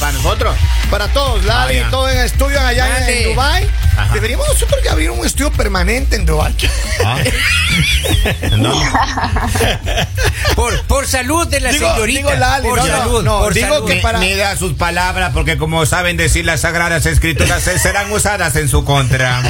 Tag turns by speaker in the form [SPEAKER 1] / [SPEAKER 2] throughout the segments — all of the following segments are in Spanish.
[SPEAKER 1] ah, nosotros.
[SPEAKER 2] Para todos, Lali,
[SPEAKER 1] Vaya.
[SPEAKER 2] todo en estudio allá
[SPEAKER 1] Lali.
[SPEAKER 2] en Dubai.
[SPEAKER 1] Ajá.
[SPEAKER 2] Deberíamos nosotros ya abrir un estudio permanente en Dubai.
[SPEAKER 3] Ah. No.
[SPEAKER 4] Por, por salud de la
[SPEAKER 2] Digo-
[SPEAKER 4] señorita.
[SPEAKER 2] digo Lali,
[SPEAKER 4] por
[SPEAKER 2] no, no,
[SPEAKER 4] salud.
[SPEAKER 2] no,
[SPEAKER 4] por
[SPEAKER 2] digo
[SPEAKER 4] salud.
[SPEAKER 2] que
[SPEAKER 3] Me-
[SPEAKER 2] para-
[SPEAKER 3] Mida sus palabras porque como saben decir las sagradas escrituras se- serán usadas en su
[SPEAKER 2] Eh,
[SPEAKER 3] contra.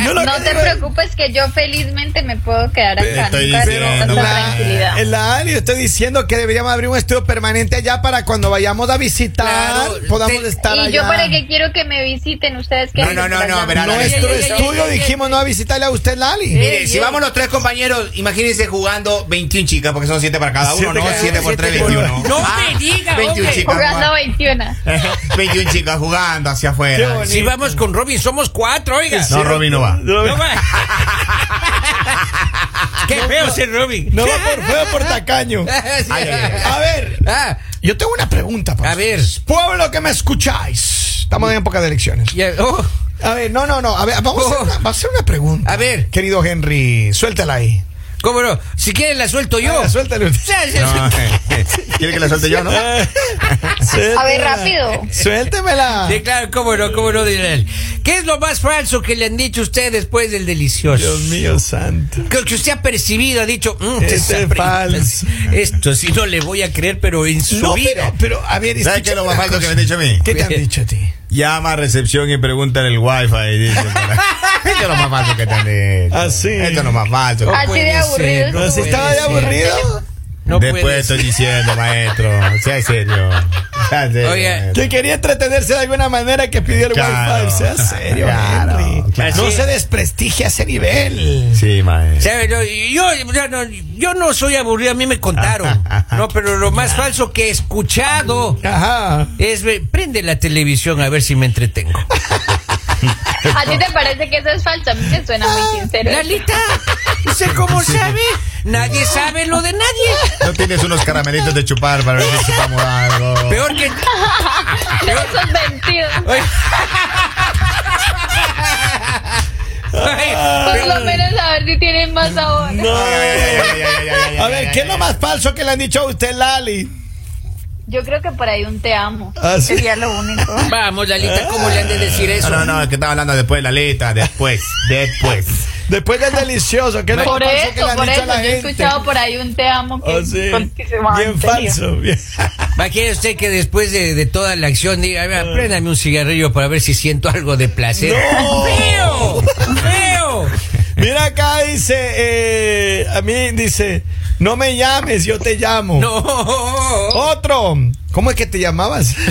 [SPEAKER 5] No te preocupes que yo felizmente me puedo quedar
[SPEAKER 3] Te
[SPEAKER 5] acá.
[SPEAKER 3] estoy
[SPEAKER 5] nunca
[SPEAKER 3] diciendo,
[SPEAKER 5] tanta
[SPEAKER 3] la-
[SPEAKER 5] tranquilidad.
[SPEAKER 2] La Ali, eh, estoy diciendo que deberíamos abrir un estudio permanente allá para cuando vayamos a visitar,
[SPEAKER 4] Claro,
[SPEAKER 2] podamos
[SPEAKER 4] te-
[SPEAKER 2] estar
[SPEAKER 5] Y
[SPEAKER 2] allá.
[SPEAKER 5] yo para qué quiero que me visiten ustedes que
[SPEAKER 3] No, no, no, no, verá, Lali.
[SPEAKER 2] Nuestro
[SPEAKER 4] Ay, ay, ay,
[SPEAKER 2] estudio
[SPEAKER 4] ay, ay,
[SPEAKER 2] dijimos no a visitarle a usted, Lali.
[SPEAKER 3] Mire,
[SPEAKER 4] Ey,
[SPEAKER 3] si
[SPEAKER 4] ey.
[SPEAKER 3] vamos los tres compañeros, imagínense jugando 21 chicas, porque son 7 para cada uno,
[SPEAKER 2] Siete
[SPEAKER 3] ¿no?
[SPEAKER 2] cada
[SPEAKER 3] 7
[SPEAKER 2] uno,
[SPEAKER 3] por Ah, 3,
[SPEAKER 2] siete por
[SPEAKER 3] 21.
[SPEAKER 4] uno. No
[SPEAKER 2] Ah,
[SPEAKER 4] me diga,
[SPEAKER 3] 21
[SPEAKER 4] hombre.
[SPEAKER 3] chicas.
[SPEAKER 5] jugando
[SPEAKER 3] jugando.
[SPEAKER 5] 21.
[SPEAKER 3] 21 chicas jugando hacia
[SPEAKER 2] Qué
[SPEAKER 3] afuera.
[SPEAKER 2] bonito.
[SPEAKER 4] Si vamos con Robin, somos cuatro, oiga.
[SPEAKER 3] No, Robin no va.
[SPEAKER 4] No va. Qué feo ser Robin.
[SPEAKER 2] No va por feo por tacaño.
[SPEAKER 3] Ay, ay, ay.
[SPEAKER 2] A ver,
[SPEAKER 4] Ah,
[SPEAKER 2] yo tengo una pregunta. Para
[SPEAKER 4] a ver.
[SPEAKER 2] Pueblo que me escucháis. Estamos en época de elecciones.
[SPEAKER 4] ya- oh,
[SPEAKER 2] A ver, no, no, no. A ver, vamos a hacer
[SPEAKER 3] Oh.
[SPEAKER 2] una, vamos a hacer una pregunta.
[SPEAKER 4] A ver.
[SPEAKER 2] Querido Henry, suéltala ahí.
[SPEAKER 4] ¿Cómo no? Si quieres la suelto yo.
[SPEAKER 2] Ah, suéltale usted.
[SPEAKER 4] Ya, ya,
[SPEAKER 3] No, eh,
[SPEAKER 4] ya.
[SPEAKER 3] ¿Quiere que la suelte yo, no?
[SPEAKER 2] Eh,
[SPEAKER 5] A ver, rápido.
[SPEAKER 2] Suéltemela.
[SPEAKER 4] Sí, claro, cómo no, cómo no, dirá él. ¿Qué es lo más falso que le han dicho a usted después del delicioso?
[SPEAKER 2] Dios mío santo.
[SPEAKER 4] Creo que usted ha percibido, ha dicho, mm,
[SPEAKER 2] Este
[SPEAKER 4] esa
[SPEAKER 2] es
[SPEAKER 4] pre-
[SPEAKER 2] falso.
[SPEAKER 4] Esto sí no le voy a creer, pero en su
[SPEAKER 2] No,
[SPEAKER 4] vida.
[SPEAKER 2] pero, pero, a ver,
[SPEAKER 3] ¿Sabes
[SPEAKER 2] escúchame
[SPEAKER 3] qué es lo más
[SPEAKER 2] una
[SPEAKER 3] falso que me
[SPEAKER 2] cosa.
[SPEAKER 3] han dicho a mí?
[SPEAKER 2] ¿Qué te han dicho a ti?
[SPEAKER 3] Llama a recepción y pregunta en el wifi. Dice, Esto es lo más falso que te han dicho.
[SPEAKER 2] Ah, sí. Ah,
[SPEAKER 3] Esto es lo más falso.
[SPEAKER 5] Así
[SPEAKER 4] puede
[SPEAKER 5] de aburrido.
[SPEAKER 4] ser, no
[SPEAKER 5] estuvo.
[SPEAKER 2] ¿Así estaba de
[SPEAKER 4] ser.
[SPEAKER 2] aburrido?
[SPEAKER 4] No
[SPEAKER 3] Después
[SPEAKER 4] puede ser.
[SPEAKER 3] estoy diciendo, maestro. Sea serio. Sea serio.
[SPEAKER 4] Oye,
[SPEAKER 3] maestro.
[SPEAKER 2] Que quería entretenerse de alguna manera que pidió el
[SPEAKER 3] Claro.
[SPEAKER 2] wifi. Sea serio,
[SPEAKER 3] Claro,
[SPEAKER 2] Henry.
[SPEAKER 3] claro.
[SPEAKER 2] No
[SPEAKER 4] Así-
[SPEAKER 2] se desprestigia ese nivel.
[SPEAKER 3] Sí, maestro.
[SPEAKER 4] ¿Sabe? No, yo, yo no, yo no soy aburrido, a mí me contaron. No, pero lo más falso que he escuchado
[SPEAKER 2] Ajá.
[SPEAKER 4] es, ve, prende la televisión a ver si me entretengo.
[SPEAKER 5] ¿A ti te parece que eso es falso? A mí me suena muy sincero.
[SPEAKER 4] Lalita, ¿usted cómo sabe? Nadie sabe lo de nadie.
[SPEAKER 3] ¿No tienes unos caramelitos de chupar para ver si chupamos algo?
[SPEAKER 4] Peor que...
[SPEAKER 5] Eso es mentido.
[SPEAKER 4] Oye. Oye,
[SPEAKER 5] Por lo menos a ver si tienen más sabor.
[SPEAKER 3] Ay, ay, ay, ay, ay, ay, ay,
[SPEAKER 2] A
[SPEAKER 3] ay,
[SPEAKER 2] ver,
[SPEAKER 3] ay,
[SPEAKER 2] ¿qué
[SPEAKER 3] ay,
[SPEAKER 2] es lo
[SPEAKER 3] ay.
[SPEAKER 2] más falso que le han dicho a usted, Lali?
[SPEAKER 5] Yo creo que por ahí un te amo.
[SPEAKER 2] Ah, sí.
[SPEAKER 5] Sería lo único.
[SPEAKER 4] Vamos, Lalita, ¿cómo le han de decir eso?
[SPEAKER 3] No, no, no, es que estaba hablando después de la letra, después, después.
[SPEAKER 2] Después del delicioso, ¿qué es lo más
[SPEAKER 5] Por
[SPEAKER 2] falso que le
[SPEAKER 5] eso,
[SPEAKER 2] han
[SPEAKER 5] por
[SPEAKER 2] dicho
[SPEAKER 5] eso.
[SPEAKER 2] a
[SPEAKER 5] Yo
[SPEAKER 2] la
[SPEAKER 5] he
[SPEAKER 2] gente?
[SPEAKER 5] escuchado por ahí un te amo. Que
[SPEAKER 2] Oh, sí.
[SPEAKER 5] con- que se va
[SPEAKER 2] Bien
[SPEAKER 5] en serio.
[SPEAKER 2] falso. bien.
[SPEAKER 4] Imagine usted que después de, de toda la acción diga, a ver, préndame un cigarrillo para ver si siento algo de placer.
[SPEAKER 2] ¡No!
[SPEAKER 4] ¡Feo! ¡Feo!
[SPEAKER 2] Mira acá dice, eh, a mí dice, no me llames, yo te llamo.
[SPEAKER 4] ¡No!
[SPEAKER 2] Otro, ¿cómo es que te llamabas?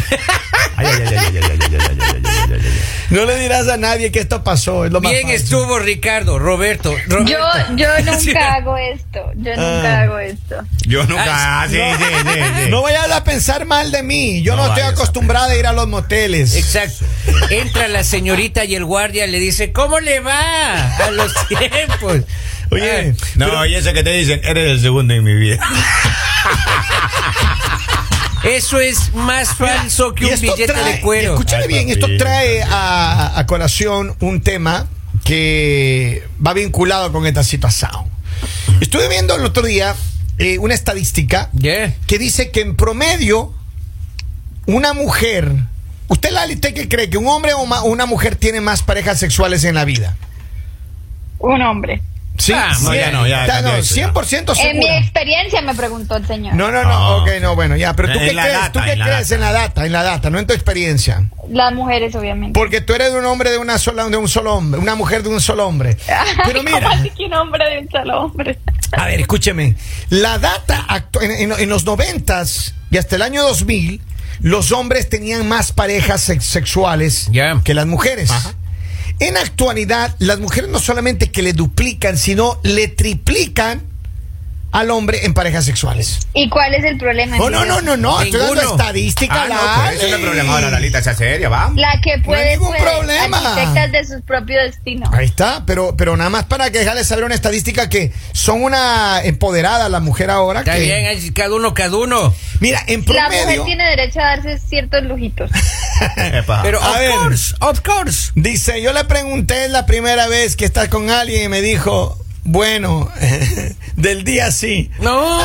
[SPEAKER 3] Ay, ay, ay, ay, ay, ay, ay, ay, ay, ay, ay, ay, ay.
[SPEAKER 2] No le dirás a nadie que esto pasó, es lo más
[SPEAKER 4] Bien
[SPEAKER 2] falso.
[SPEAKER 4] estuvo Ricardo, Roberto. Roberto.
[SPEAKER 5] Yo, yo
[SPEAKER 4] Sí.
[SPEAKER 5] nunca hago esto. Yo
[SPEAKER 2] Ah.
[SPEAKER 5] nunca hago esto.
[SPEAKER 3] Yo nunca. Ah, sí, sí, sí, sí.
[SPEAKER 2] No eh, vayas a pensar mal de mí, yo
[SPEAKER 3] No
[SPEAKER 2] no, estoy
[SPEAKER 3] vayas a
[SPEAKER 2] acostumbrada a ir a los moteles.
[SPEAKER 4] Exacto. Entra la señorita y el guardia le dice, ¿cómo le va a los tiempos?
[SPEAKER 2] Oye,
[SPEAKER 4] Ah,
[SPEAKER 3] Eh, No, y eso que te dicen, eres el segundo en mi vida.
[SPEAKER 4] eso es más falso que
[SPEAKER 2] Y
[SPEAKER 4] un
[SPEAKER 2] esto
[SPEAKER 4] billete
[SPEAKER 2] trae-
[SPEAKER 4] de cuero.
[SPEAKER 2] Escúchame
[SPEAKER 3] Ay,
[SPEAKER 2] bien, esto
[SPEAKER 3] papito.
[SPEAKER 2] trae a, a colación un tema que va vinculado con esta situación. Estuve viendo el otro día eh, una estadística
[SPEAKER 4] Yeah.
[SPEAKER 2] que dice que en promedio una mujer, usted Lali, ¿usted qué cree? ¿Que un hombre o ma- una mujer tiene más parejas sexuales en la vida?
[SPEAKER 5] Un hombre.
[SPEAKER 2] Sí,
[SPEAKER 4] Ah, no,
[SPEAKER 2] Cien-
[SPEAKER 4] ya
[SPEAKER 3] no, ya
[SPEAKER 2] está, no,
[SPEAKER 3] cambió eso, ya.
[SPEAKER 2] 100%
[SPEAKER 5] En mi
[SPEAKER 2] seguro.
[SPEAKER 5] experiencia me preguntó el señor.
[SPEAKER 2] No, no, no,
[SPEAKER 3] Ah,
[SPEAKER 2] ok,
[SPEAKER 3] ok.
[SPEAKER 2] no, bueno, ya, pero ¿tú
[SPEAKER 3] En
[SPEAKER 2] qué
[SPEAKER 3] la
[SPEAKER 2] crees?
[SPEAKER 3] data,
[SPEAKER 2] ¿Tú qué
[SPEAKER 3] en la
[SPEAKER 2] crees
[SPEAKER 3] data.
[SPEAKER 2] en la data, en la data, no en tu experiencia?
[SPEAKER 5] Las mujeres, obviamente.
[SPEAKER 2] Porque tú eres un hombre de una sola, de un solo hombre, una mujer de un solo hombre. Pero
[SPEAKER 5] ¿Cómo
[SPEAKER 2] mira,
[SPEAKER 5] así que un hombre de un solo hombre?
[SPEAKER 2] a ver, escúcheme. La data actu- en, en- en los noventas y hasta el año 2000, los hombres tenían más parejas sex- sexuales
[SPEAKER 4] Ya.
[SPEAKER 2] que las mujeres.
[SPEAKER 4] Ajá.
[SPEAKER 2] En actualidad, las mujeres no solamente que le duplican, sino le triplican al hombre en parejas sexuales.
[SPEAKER 5] ¿Y cuál es el problema?
[SPEAKER 2] Oh, no, no, no, no, estoy dando
[SPEAKER 4] Ninguno.
[SPEAKER 2] estadística.
[SPEAKER 3] Ah, no, pero eso no es
[SPEAKER 2] Lali.
[SPEAKER 3] problema. Ahora, Lalita, sea seria, vamos.
[SPEAKER 5] La que puede
[SPEAKER 2] ningún
[SPEAKER 5] puede.
[SPEAKER 2] problema.
[SPEAKER 5] Arquitectas de su propio destino.
[SPEAKER 2] Ahí está, pero, pero nada más para que dejarles saber una estadística que son una empoderada la mujer ahora.
[SPEAKER 4] Está
[SPEAKER 2] que-
[SPEAKER 4] bien, eh. ahí cada uno, cada uno.
[SPEAKER 2] Mira, en
[SPEAKER 5] La mujer
[SPEAKER 2] promedio
[SPEAKER 5] tiene derecho a darse ciertos lujitos.
[SPEAKER 3] Epa.
[SPEAKER 4] Pero,
[SPEAKER 2] Ah, A
[SPEAKER 4] of
[SPEAKER 2] ver.
[SPEAKER 4] course, of course.
[SPEAKER 2] dice, yo le pregunté la primera vez que estás con alguien y me dijo, bueno, del día sí.
[SPEAKER 4] No.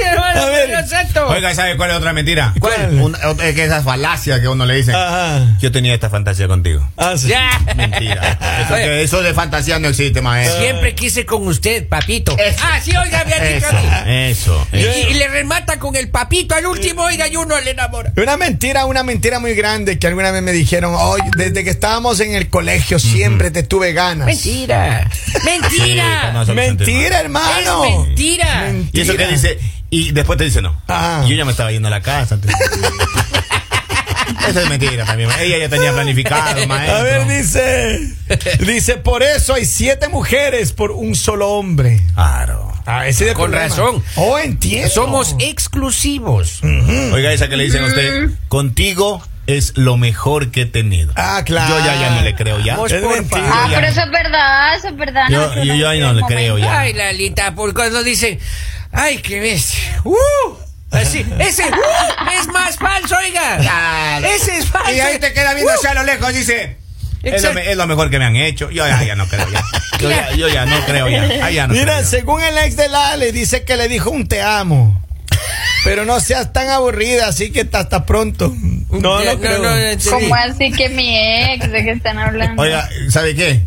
[SPEAKER 2] A ver,
[SPEAKER 4] tanto.
[SPEAKER 3] Oiga, ¿sabe cuál es otra mentira?
[SPEAKER 4] ¿Cuál?
[SPEAKER 3] Una- es que esas falacias que uno le dice.
[SPEAKER 2] Ajá.
[SPEAKER 3] Yo tenía esta fantasía contigo.
[SPEAKER 2] Ah, sí.
[SPEAKER 4] Ya.
[SPEAKER 3] Mentira. Eso,
[SPEAKER 4] Oye,
[SPEAKER 3] que- eso de fantasía no existe, maestro.
[SPEAKER 4] Siempre quise con usted, papito.
[SPEAKER 3] Eso.
[SPEAKER 4] Ah, sí, oiga, había dicho
[SPEAKER 3] Eso,
[SPEAKER 4] a mí.
[SPEAKER 3] eso.
[SPEAKER 4] Y,
[SPEAKER 3] eso.
[SPEAKER 4] y le remata con el papito al último, oiga, y uno le enamora.
[SPEAKER 2] Una mentira, una mentira muy grande que alguna vez me dijeron, hoy desde que estábamos en el colegio siempre te tuve ganas.
[SPEAKER 4] Mentira.
[SPEAKER 3] Sí,
[SPEAKER 4] Mentira.
[SPEAKER 3] conoce.
[SPEAKER 2] Mentira, hermano.
[SPEAKER 4] Es mentira.
[SPEAKER 3] Y eso que
[SPEAKER 2] Ah, Mentira.
[SPEAKER 3] dice, y después te dice no.
[SPEAKER 2] Ah.
[SPEAKER 3] Yo ya me estaba yendo a la casa. entonces- eso es mentira también. Ella ya tenía planificado, maestro.
[SPEAKER 2] A ver, dice. Dice, por eso hay siete mujeres por un solo hombre.
[SPEAKER 3] Claro.
[SPEAKER 2] Ah, ese es el
[SPEAKER 4] Con
[SPEAKER 2] problema.
[SPEAKER 4] razón.
[SPEAKER 2] Oh, entiendo.
[SPEAKER 4] Somos exclusivos.
[SPEAKER 3] Oiga, esa que le dicen a usted, contigo es lo mejor que he tenido.
[SPEAKER 2] Ah, claro.
[SPEAKER 3] Yo ya, ya no le creo ya.
[SPEAKER 4] Vos,
[SPEAKER 2] Es
[SPEAKER 4] porfa.
[SPEAKER 2] mentira.
[SPEAKER 5] Ah,
[SPEAKER 3] ya.
[SPEAKER 5] pero eso es verdad, eso es verdad.
[SPEAKER 3] Yo-
[SPEAKER 5] no, pero
[SPEAKER 3] yo- yo ahí no
[SPEAKER 5] en
[SPEAKER 3] le
[SPEAKER 5] el
[SPEAKER 3] creo,
[SPEAKER 5] momento.
[SPEAKER 3] ya.
[SPEAKER 4] Ay, Lalita, por cuando dicen, ay, qué bestia. ¡Uh! Así, ese ¡uh! es más falso, oiga.
[SPEAKER 3] Claro.
[SPEAKER 4] Ese es falso.
[SPEAKER 3] Y ahí te queda viendo
[SPEAKER 4] ¡Uh!
[SPEAKER 3] hacia lo lejos, dice. Es lo,
[SPEAKER 4] Exacto.
[SPEAKER 3] me- es lo mejor que me han hecho. Yo ya, ya no creo ya. Yo ya, yo ya no creo ya. Ah, ya no
[SPEAKER 2] Mira,
[SPEAKER 3] creo ya.
[SPEAKER 2] según el ex de Lale, dice que le dijo un te amo. Pero no seas tan aburrida, así que hasta, hasta pronto. No,
[SPEAKER 4] Ya,
[SPEAKER 2] no creo.
[SPEAKER 4] no, entendí.
[SPEAKER 5] ¿Cómo así que mi ex? ¿De qué están hablando?
[SPEAKER 3] Oiga, ¿sabe qué?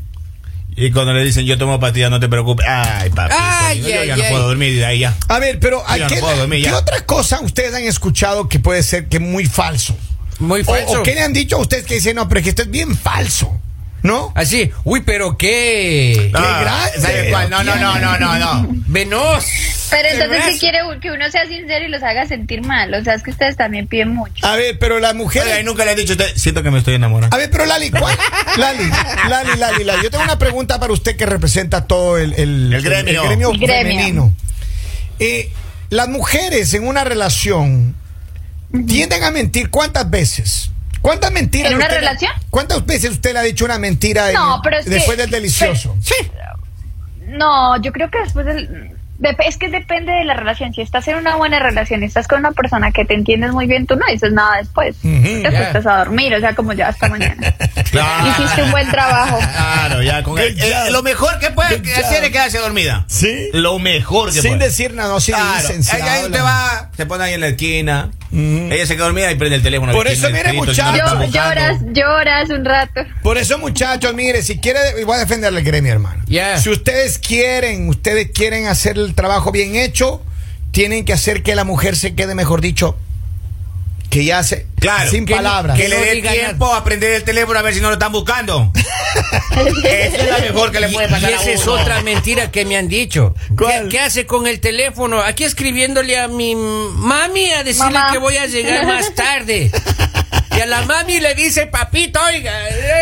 [SPEAKER 3] Y cuando le dicen, yo tomo pastillas, no te preocupes. Ay, papi.
[SPEAKER 4] Ay,
[SPEAKER 3] yo ya
[SPEAKER 4] ay,
[SPEAKER 3] no
[SPEAKER 4] ay.
[SPEAKER 3] puedo dormir de ahí ya.
[SPEAKER 2] A ver, pero ¿a
[SPEAKER 3] Yo no
[SPEAKER 2] ¿qué,
[SPEAKER 3] puedo dormir
[SPEAKER 2] qué
[SPEAKER 3] ya.
[SPEAKER 2] otra cosa ustedes han escuchado que puede ser que muy falso?
[SPEAKER 4] Muy
[SPEAKER 2] O-
[SPEAKER 4] falso.
[SPEAKER 2] ¿O, qué le han dicho a ustedes que dicen, no, pero es que esto es bien falso? ¿No?
[SPEAKER 4] Así, uy, pero qué.
[SPEAKER 2] Ah, grande.
[SPEAKER 3] ¿sabe cuál? No, no, no, no, no, no.
[SPEAKER 4] Venos.
[SPEAKER 5] Pero entonces
[SPEAKER 4] Verás.
[SPEAKER 5] si quiere u- que uno sea sincero y los haga sentir mal. O sea, es que ustedes también piden mucho.
[SPEAKER 2] A ver, pero las mujeres...
[SPEAKER 3] Oiga, y nunca le he dicho a usted, siento que me estoy enamorando.
[SPEAKER 2] A ver, pero Lali, ¿cuál? Lali, Lali, Lali, Lali. Yo tengo una pregunta para usted que representa todo el, el,
[SPEAKER 3] El gremio.
[SPEAKER 5] El gremio.
[SPEAKER 2] femenino. Eh, las mujeres en una relación tienden a mentir cuántas veces. ¿Cuántas mentiras?
[SPEAKER 5] ¿En una
[SPEAKER 2] usted le-
[SPEAKER 5] relación?
[SPEAKER 2] ¿Cuántas veces usted le ha dicho una mentira en-
[SPEAKER 5] No, pero es que-
[SPEAKER 2] después del delicioso?
[SPEAKER 4] Sí.
[SPEAKER 5] No, yo creo que después del... dep- Es que depende de la relación. Si estás en una buena relación y estás con una persona que te entiendes muy bien, tú no dices nada después.
[SPEAKER 2] Ujú,
[SPEAKER 5] te
[SPEAKER 4] ya.
[SPEAKER 5] acuestas a dormir, o sea, como ya hasta mañana.
[SPEAKER 3] Claro. Ah,
[SPEAKER 5] Hiciste un buen trabajo.
[SPEAKER 3] Claro, ya con el-
[SPEAKER 2] Good
[SPEAKER 3] eh,
[SPEAKER 2] job.
[SPEAKER 3] Lo mejor que
[SPEAKER 2] Good
[SPEAKER 3] puede hacer
[SPEAKER 2] job.
[SPEAKER 3] es quedarse dormida.
[SPEAKER 2] Sí.
[SPEAKER 3] Lo mejor que
[SPEAKER 2] Sin
[SPEAKER 3] puede.
[SPEAKER 2] decir nada, no, sin
[SPEAKER 3] Claro.
[SPEAKER 2] licenciar,
[SPEAKER 3] Ahí, ahí usted
[SPEAKER 2] hablan.
[SPEAKER 3] va, se pone ahí en la esquina. Ella se queda dormida y prende el teléfono.
[SPEAKER 2] Por
[SPEAKER 3] que
[SPEAKER 2] eso,
[SPEAKER 3] tiene
[SPEAKER 2] mire,
[SPEAKER 3] escrito, si no lo está
[SPEAKER 2] muchacho.
[SPEAKER 5] Yo,
[SPEAKER 3] buscando.
[SPEAKER 5] lloras, lloras un rato.
[SPEAKER 2] Por eso, muchachos, mire, si quiere, y voy a defender al gremio, hermano.
[SPEAKER 4] Ya.
[SPEAKER 2] Si ustedes quieren, ustedes quieren hacer el trabajo bien hecho, tienen que hacer que la mujer se quede, mejor dicho, que ya se.
[SPEAKER 3] Claro.
[SPEAKER 2] Sin
[SPEAKER 4] Que no-
[SPEAKER 2] palabras.
[SPEAKER 3] Que le
[SPEAKER 4] No
[SPEAKER 3] dé
[SPEAKER 4] diga
[SPEAKER 3] tiempo a prender el teléfono a ver si no lo están buscando. Esa es la mejor que le
[SPEAKER 4] Y,
[SPEAKER 3] puede pasar
[SPEAKER 4] y
[SPEAKER 3] a
[SPEAKER 4] esa es
[SPEAKER 3] uno.
[SPEAKER 4] otra mentira que me han dicho.
[SPEAKER 2] ¿Cuál?
[SPEAKER 4] ¿Qué, qué hace con el teléfono? Aquí escribiéndole a mi mami a decirle
[SPEAKER 5] Mamá.
[SPEAKER 4] que voy a llegar más tarde. Y a la mami le dice, papito, oiga,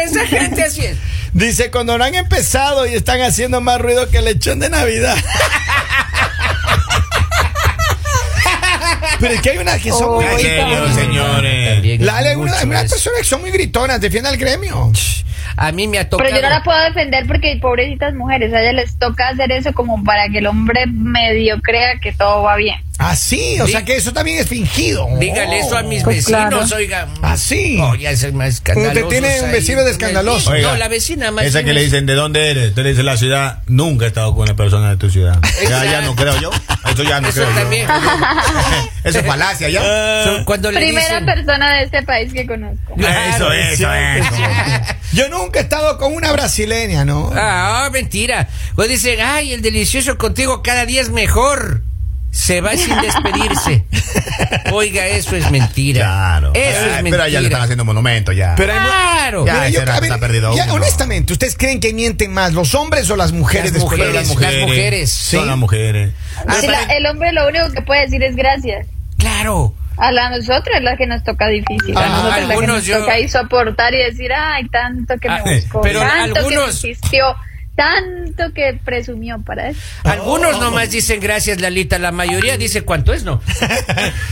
[SPEAKER 4] esa gente así es.
[SPEAKER 2] Dice, cuando no han empezado y están haciendo más ruido que lechón de Navidad. Pero es que hay unas que son muy.
[SPEAKER 5] Oh.
[SPEAKER 3] En serio, señores.
[SPEAKER 4] También es
[SPEAKER 2] La- hay
[SPEAKER 4] mucho
[SPEAKER 2] una- hay unas
[SPEAKER 4] eso.
[SPEAKER 2] personas que son muy gritonas, defienda al gremio.
[SPEAKER 4] A mí me ha tocado.
[SPEAKER 5] Pero yo no la puedo defender porque pobrecitas mujeres, a ellas les toca hacer eso como para que el hombre medio crea que todo va bien.
[SPEAKER 2] Así, Ah, o
[SPEAKER 4] Di-
[SPEAKER 2] sea que eso también es fingido. Oh.
[SPEAKER 4] Dígale eso a mis
[SPEAKER 5] Pues
[SPEAKER 4] vecinos,
[SPEAKER 5] claro.
[SPEAKER 4] oiga.
[SPEAKER 3] Ah,
[SPEAKER 2] Así.
[SPEAKER 4] Oh, ya es el más escandaloso.
[SPEAKER 2] Usted tiene un vecino de escandaloso.
[SPEAKER 3] Oiga,
[SPEAKER 4] no, la vecina más.
[SPEAKER 3] Esa que le dicen, ¿de dónde eres? Usted le dice, la ciudad. Nunca he estado con una persona de tu ciudad. Ya, ya no creo yo. Eso ya no
[SPEAKER 4] Eso
[SPEAKER 3] creo yo.
[SPEAKER 4] también. Ah.
[SPEAKER 3] Eso es falacia, ¿ya?
[SPEAKER 4] Son Cuando le
[SPEAKER 5] Primera
[SPEAKER 4] dicen-
[SPEAKER 5] persona de este país que conozco.
[SPEAKER 3] Eso, eso, eso.
[SPEAKER 2] Yo nunca he estado con una brasileña, ¿no?
[SPEAKER 4] Ah, ah, mentira. O dicen, ay, el delicioso contigo cada día es mejor. Se va sin despedirse. Oiga, eso es mentira.
[SPEAKER 3] Claro.
[SPEAKER 4] Eso es
[SPEAKER 3] Ay,
[SPEAKER 4] mentira.
[SPEAKER 3] Pero ya le están haciendo monumento ya.
[SPEAKER 2] Pero hay mu-
[SPEAKER 4] Claro.
[SPEAKER 3] Ya,
[SPEAKER 2] Mira, yo-
[SPEAKER 3] ese era-
[SPEAKER 2] a ver,
[SPEAKER 3] está perdido
[SPEAKER 2] ya,
[SPEAKER 3] uno.
[SPEAKER 2] honestamente, ¿ustedes creen que mienten más los hombres o las mujeres
[SPEAKER 4] Las
[SPEAKER 2] después de las
[SPEAKER 4] mujeres,
[SPEAKER 2] mujeres?
[SPEAKER 4] las mujeres,
[SPEAKER 3] Son
[SPEAKER 4] sí.
[SPEAKER 3] las mujeres.
[SPEAKER 5] Si la- el hombre lo único que puede decir es gracias.
[SPEAKER 4] Claro.
[SPEAKER 5] A la nosotros es la que nos toca difícil.
[SPEAKER 2] Ah,
[SPEAKER 5] A nosotros es la que
[SPEAKER 4] algunos
[SPEAKER 5] nos
[SPEAKER 4] yo-
[SPEAKER 5] toca ahí soportar y decir, ay, tanto que
[SPEAKER 4] Ah,
[SPEAKER 5] me buscó,
[SPEAKER 4] pero
[SPEAKER 5] tanto que me
[SPEAKER 4] algunos-
[SPEAKER 5] insistió, tanto que presumió para eso.
[SPEAKER 4] Algunos
[SPEAKER 2] Oh.
[SPEAKER 4] nomás dicen gracias, Lalita. La mayoría dice cuánto es, ¿no?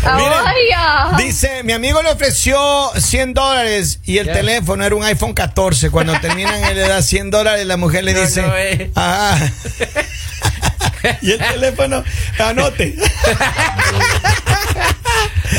[SPEAKER 5] Ay, ah.
[SPEAKER 2] Dice, mi amigo le ofreció 100 dólares y el
[SPEAKER 4] Ya.
[SPEAKER 2] teléfono era un iPhone 14. Cuando terminan, él le da 100 dólares la mujer le
[SPEAKER 4] No,
[SPEAKER 2] dice,
[SPEAKER 4] no, eh.
[SPEAKER 2] "Ah". y el teléfono, anote.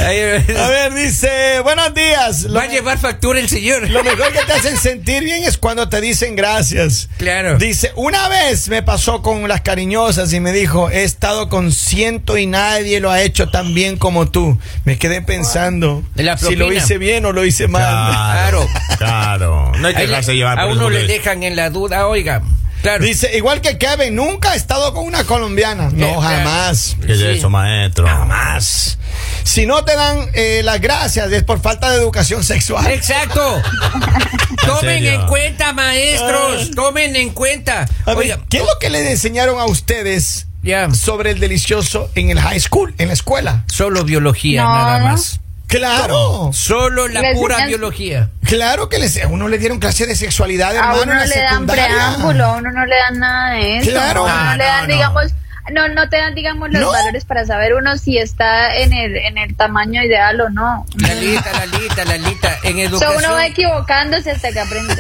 [SPEAKER 4] Ahí-
[SPEAKER 2] A ver, dice, buenos días. Lo,
[SPEAKER 4] Va a llevar factura el señor.
[SPEAKER 2] lo mejor que te hacen sentir bien es cuando te dicen gracias.
[SPEAKER 4] Claro.
[SPEAKER 2] Dice, una vez me pasó con las cariñosas y me dijo, he estado con ciento y nadie lo ha hecho tan bien como tú. Me quedé pensando
[SPEAKER 4] De la
[SPEAKER 2] si lo
[SPEAKER 4] propina.
[SPEAKER 2] hice bien o lo hice mal.
[SPEAKER 3] Claro, claro. No hay que
[SPEAKER 4] Ahí le-
[SPEAKER 3] dejarse llevar
[SPEAKER 4] a
[SPEAKER 3] por
[SPEAKER 4] uno
[SPEAKER 3] eso,
[SPEAKER 4] le
[SPEAKER 3] porque-
[SPEAKER 4] dejan en la duda, oiga. Claro.
[SPEAKER 2] Dice, igual que Kevin, nunca he estado con una colombiana.
[SPEAKER 4] Eh,
[SPEAKER 2] No,
[SPEAKER 4] claro.
[SPEAKER 2] jamás.
[SPEAKER 3] ¿Qué es
[SPEAKER 4] Sí.
[SPEAKER 3] eso, maestro?
[SPEAKER 2] Jamás. Si no te dan eh, las gracias es por falta de educación sexual.
[SPEAKER 4] Exacto. Tomen
[SPEAKER 3] serio?
[SPEAKER 4] en cuenta, maestros. Tomen en cuenta.
[SPEAKER 2] A ver,
[SPEAKER 4] Oiga,
[SPEAKER 2] ¿qué es lo que les enseñaron a ustedes
[SPEAKER 4] Ya.
[SPEAKER 2] sobre el delicioso en el high school, en la escuela?
[SPEAKER 4] solo biología,
[SPEAKER 5] No,
[SPEAKER 4] nada
[SPEAKER 5] no.
[SPEAKER 4] más.
[SPEAKER 2] Claro,
[SPEAKER 4] Solo la
[SPEAKER 5] Les
[SPEAKER 4] pura
[SPEAKER 5] enseñan-
[SPEAKER 4] biología.
[SPEAKER 2] claro que les, a uno le dieron clase de sexualidad,
[SPEAKER 5] A
[SPEAKER 2] hermano,
[SPEAKER 5] uno
[SPEAKER 2] en
[SPEAKER 5] no
[SPEAKER 2] la
[SPEAKER 5] le dan
[SPEAKER 2] secundaria.
[SPEAKER 5] preámbulo, a uno no le dan nada de eso.
[SPEAKER 2] Claro.
[SPEAKER 5] A uno no,
[SPEAKER 3] Ah,
[SPEAKER 5] le
[SPEAKER 3] no,
[SPEAKER 5] dan,
[SPEAKER 3] no.
[SPEAKER 5] digamos, no, no te dan, digamos, los
[SPEAKER 2] No.
[SPEAKER 5] valores para saber uno si está en el, en el tamaño ideal o no.
[SPEAKER 4] Lalita, Lalita, Lalita. En
[SPEAKER 5] O sea,
[SPEAKER 4] educación,
[SPEAKER 5] uno va equivocándose hasta que aprende.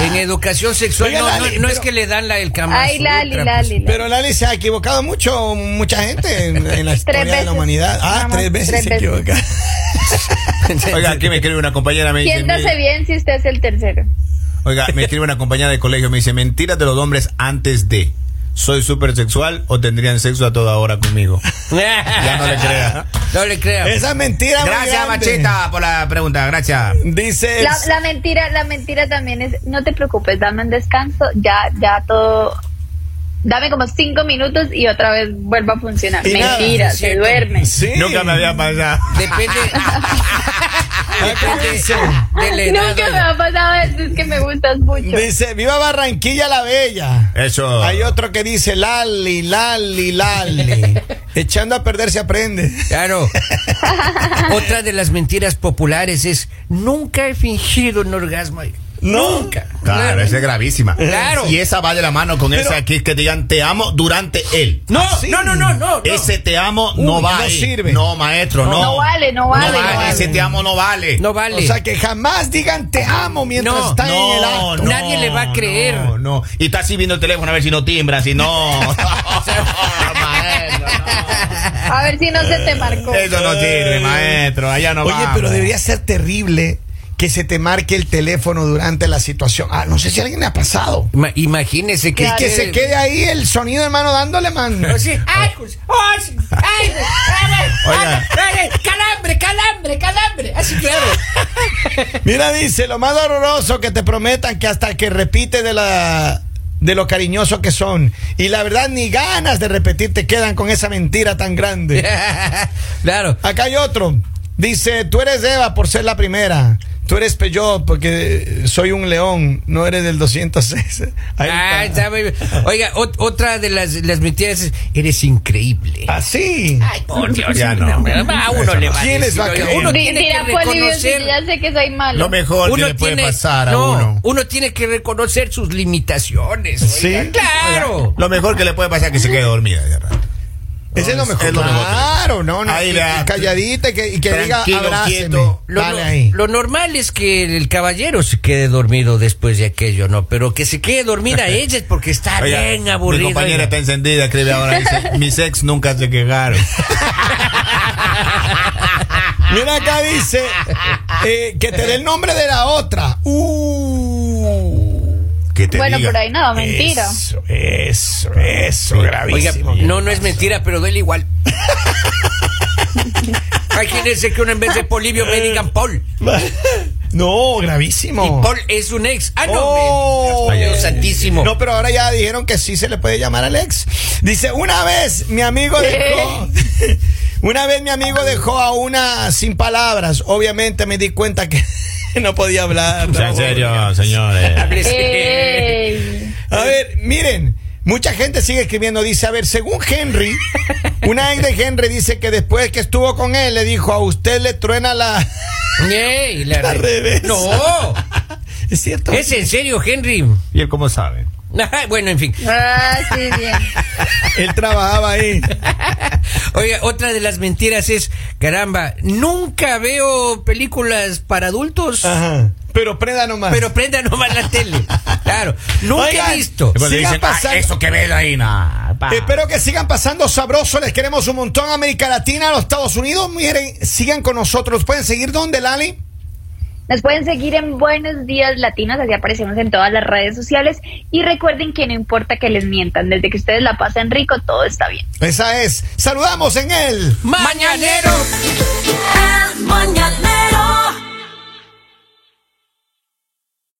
[SPEAKER 4] en educación sexual,
[SPEAKER 2] Oiga,
[SPEAKER 4] no, no-
[SPEAKER 2] Lali,
[SPEAKER 4] no
[SPEAKER 2] pero-
[SPEAKER 4] es que le dan la, el pues. cambio.
[SPEAKER 5] Ay, Lali, Lali. Lali.
[SPEAKER 2] Pero Lali se ha equivocado mucho, mucha gente en, en la historia de la
[SPEAKER 5] veces.
[SPEAKER 2] humanidad. Ah,
[SPEAKER 5] Vamos,
[SPEAKER 2] tres veces
[SPEAKER 5] tres
[SPEAKER 2] se
[SPEAKER 5] veces.
[SPEAKER 2] equivoca.
[SPEAKER 3] Oiga, aquí me escribe una compañera, me dice...
[SPEAKER 5] Siéntase
[SPEAKER 3] mire-
[SPEAKER 5] bien si usted es el tercero.
[SPEAKER 3] Oiga, me escribe una compañera de colegio, me dice, mentiras de los hombres antes de. ¿Soy súper sexual o tendrían sexo a toda hora conmigo? Ya no le crea.
[SPEAKER 4] No le crea.
[SPEAKER 2] Esa mentira. muy
[SPEAKER 3] Gracias,
[SPEAKER 2] grande.
[SPEAKER 3] Machita, por la pregunta, gracias.
[SPEAKER 2] Dice.
[SPEAKER 5] La, la mentira, la mentira también es, no te preocupes, dame un descanso, ya, ya todo, dame como cinco minutos y otra vez vuelva a funcionar.
[SPEAKER 2] Y nada,
[SPEAKER 5] mentira,
[SPEAKER 4] es
[SPEAKER 5] se
[SPEAKER 4] cierto.
[SPEAKER 5] duerme.
[SPEAKER 2] Sí.
[SPEAKER 3] Nunca me había pasado.
[SPEAKER 4] Depende.
[SPEAKER 2] Acuérdense.
[SPEAKER 4] depende del helado.
[SPEAKER 5] Nunca me ha pasado eso, es que me gustas mucho.
[SPEAKER 2] Dice, viva Barranquilla la Bella.
[SPEAKER 3] Eso.
[SPEAKER 2] Hay otro que dice, Lali, Lali, Lali. Echando a perder se aprende.
[SPEAKER 4] Claro. Otra de las mentiras populares es nunca he fingido un orgasmo.
[SPEAKER 2] No.
[SPEAKER 4] Nunca.
[SPEAKER 3] Claro, esa es gravísima.
[SPEAKER 4] Claro.
[SPEAKER 3] Y esa va de la mano con esa aquí que digan te amo durante él.
[SPEAKER 4] No,
[SPEAKER 2] Ah, sí.
[SPEAKER 4] no, no, no, no, no.
[SPEAKER 3] Ese te amo
[SPEAKER 2] Uy,
[SPEAKER 3] no va
[SPEAKER 2] no
[SPEAKER 3] ahí.
[SPEAKER 2] sirve.
[SPEAKER 3] No, maestro, no.
[SPEAKER 5] No vale, no vale, no vale.
[SPEAKER 3] Ese te amo no vale.
[SPEAKER 4] No vale.
[SPEAKER 2] O sea, que jamás digan te amo mientras
[SPEAKER 4] No,
[SPEAKER 2] está en el
[SPEAKER 3] No,
[SPEAKER 2] acto.
[SPEAKER 3] no,
[SPEAKER 4] Nadie le va a creer.
[SPEAKER 3] No, no. Y está así viendo el teléfono a ver si no timbra, si no. maestro,
[SPEAKER 5] A ver si no se te marcó.
[SPEAKER 3] no. Eso no sirve, maestro. Allá no
[SPEAKER 2] Oye,
[SPEAKER 3] vamos.
[SPEAKER 2] pero debería ser terrible que se te marque el teléfono durante la situación. Ah, no sé si a alguien le ha pasado.
[SPEAKER 4] Ima- imagínese que.
[SPEAKER 2] Y que se quede ahí el sonido, hermano, dándole, man.
[SPEAKER 4] O sea, ay, pues, ay, sí, ay, pues, ay, pues,
[SPEAKER 3] Oiga.
[SPEAKER 4] ay, pues, calambre, calambre, calambre. Así claro.
[SPEAKER 2] Mira, dice, lo más doloroso que te prometan que hasta que repite de la de lo cariñoso que son. Y la verdad, ni ganas de repetir te quedan con esa mentira tan grande.
[SPEAKER 4] claro.
[SPEAKER 2] Acá hay otro. Dice, tú eres Eva por ser la primera. Tú eres Peugeot porque eh, soy un león. No eres del 206. Ahí
[SPEAKER 4] Ah,
[SPEAKER 2] está.
[SPEAKER 4] está muy bien. Oiga, ot- otra de las, las mentiras es: eres increíble.
[SPEAKER 2] Así.
[SPEAKER 4] Ay, por Dios.
[SPEAKER 3] Ya no.
[SPEAKER 4] A uno
[SPEAKER 3] Eso
[SPEAKER 4] le
[SPEAKER 3] no.
[SPEAKER 4] va a
[SPEAKER 2] ¿Quién les va a
[SPEAKER 4] decir,
[SPEAKER 2] creer?
[SPEAKER 4] oiga, Uno
[SPEAKER 5] Di-
[SPEAKER 4] tiene
[SPEAKER 5] dirá
[SPEAKER 4] que
[SPEAKER 5] Polibio,
[SPEAKER 4] reconocer.
[SPEAKER 5] pues, si ya sé que soy malo.
[SPEAKER 3] Lo mejor que
[SPEAKER 4] uno
[SPEAKER 3] le puede
[SPEAKER 4] tiene-
[SPEAKER 3] pasar a
[SPEAKER 4] no,
[SPEAKER 3] uno.
[SPEAKER 4] tiene que reconocer sus limitaciones. oiga.
[SPEAKER 2] Sí.
[SPEAKER 4] Claro.
[SPEAKER 3] Lo mejor que le puede pasar es que se quede dormida. de rato.
[SPEAKER 2] Ese es lo mejor.
[SPEAKER 3] Es lo mejor.
[SPEAKER 2] claro, no, no.
[SPEAKER 3] Ahí
[SPEAKER 2] y-
[SPEAKER 3] la-
[SPEAKER 2] y calladita y que, y que diga
[SPEAKER 3] Tranquilo,
[SPEAKER 2] abráceme.
[SPEAKER 3] quieto.
[SPEAKER 4] Lo,
[SPEAKER 2] Dale
[SPEAKER 4] no-
[SPEAKER 2] ahí.
[SPEAKER 4] lo normal es que el caballero se quede dormido después de aquello, ¿no? Pero que se quede dormida ella es porque está
[SPEAKER 3] Oiga,
[SPEAKER 4] bien aburrida.
[SPEAKER 3] Mi compañera
[SPEAKER 4] oiga.
[SPEAKER 3] está encendida, escribe ahora. Dice, mis ex nunca se quejaron.
[SPEAKER 2] Mira acá dice eh, que te dé el nombre de la otra. Uh.
[SPEAKER 3] Que te
[SPEAKER 5] bueno,
[SPEAKER 3] diga.
[SPEAKER 5] por ahí no, mentira.
[SPEAKER 2] Eso, eso, eso,
[SPEAKER 4] Oiga,
[SPEAKER 2] gravísimo.
[SPEAKER 4] no, no es mentira, pero duele igual. Imagínense que uno en vez de Polibio me digan Paul.
[SPEAKER 2] no,
[SPEAKER 4] Y
[SPEAKER 2] gravísimo.
[SPEAKER 4] Paul es un ex. Ah, no.
[SPEAKER 2] Oh.
[SPEAKER 4] me digas, Dios santísimo.
[SPEAKER 2] No, pero ahora ya dijeron que sí se le puede llamar al ex. Dice, una vez mi amigo dejó. Una vez mi amigo dejó a una sin palabras. Obviamente me di cuenta que no podía hablar.
[SPEAKER 3] O sea, en serio, señores.
[SPEAKER 2] Eh.
[SPEAKER 5] Ey.
[SPEAKER 2] A ver, miren, mucha gente sigue escribiendo, dice, a ver, según Henry, una ex de Henry dice que después que estuvo con él, le dijo, a usted le truena la...
[SPEAKER 4] Ey, la
[SPEAKER 2] Al revés.
[SPEAKER 4] No.
[SPEAKER 2] ¿Es cierto?
[SPEAKER 4] Es en serio, Henry.
[SPEAKER 3] ¿Y él cómo sabe?
[SPEAKER 4] Ajá, bueno, en fin.
[SPEAKER 5] Ah, sí, bien.
[SPEAKER 2] Él trabajaba ahí.
[SPEAKER 4] Oiga, otra de las mentiras es, caramba, nunca veo películas para adultos,
[SPEAKER 2] Ajá. Pero prenda nomás.
[SPEAKER 4] pero prenda nomás la tele. Claro, nunca
[SPEAKER 2] Oigan,
[SPEAKER 4] he visto.
[SPEAKER 2] Siga
[SPEAKER 3] Cuando dicen, "Ah,
[SPEAKER 2] pasando". Eh,
[SPEAKER 3] eso que ves ahí, nada.
[SPEAKER 4] papá.
[SPEAKER 2] Espero que sigan pasando sabroso. Les queremos un montón a América Latina, a los Estados Unidos. Miren, sigan con nosotros. ¿Pueden seguir dónde, Lali?
[SPEAKER 5] Nos pueden seguir en Buenos Días Latinos, así aparecemos en todas las redes sociales. Y recuerden que no importa que les mientan, desde que ustedes la pasen rico, todo está bien.
[SPEAKER 2] Esa es. Saludamos en él.
[SPEAKER 4] Mañanero.
[SPEAKER 1] El mañanero.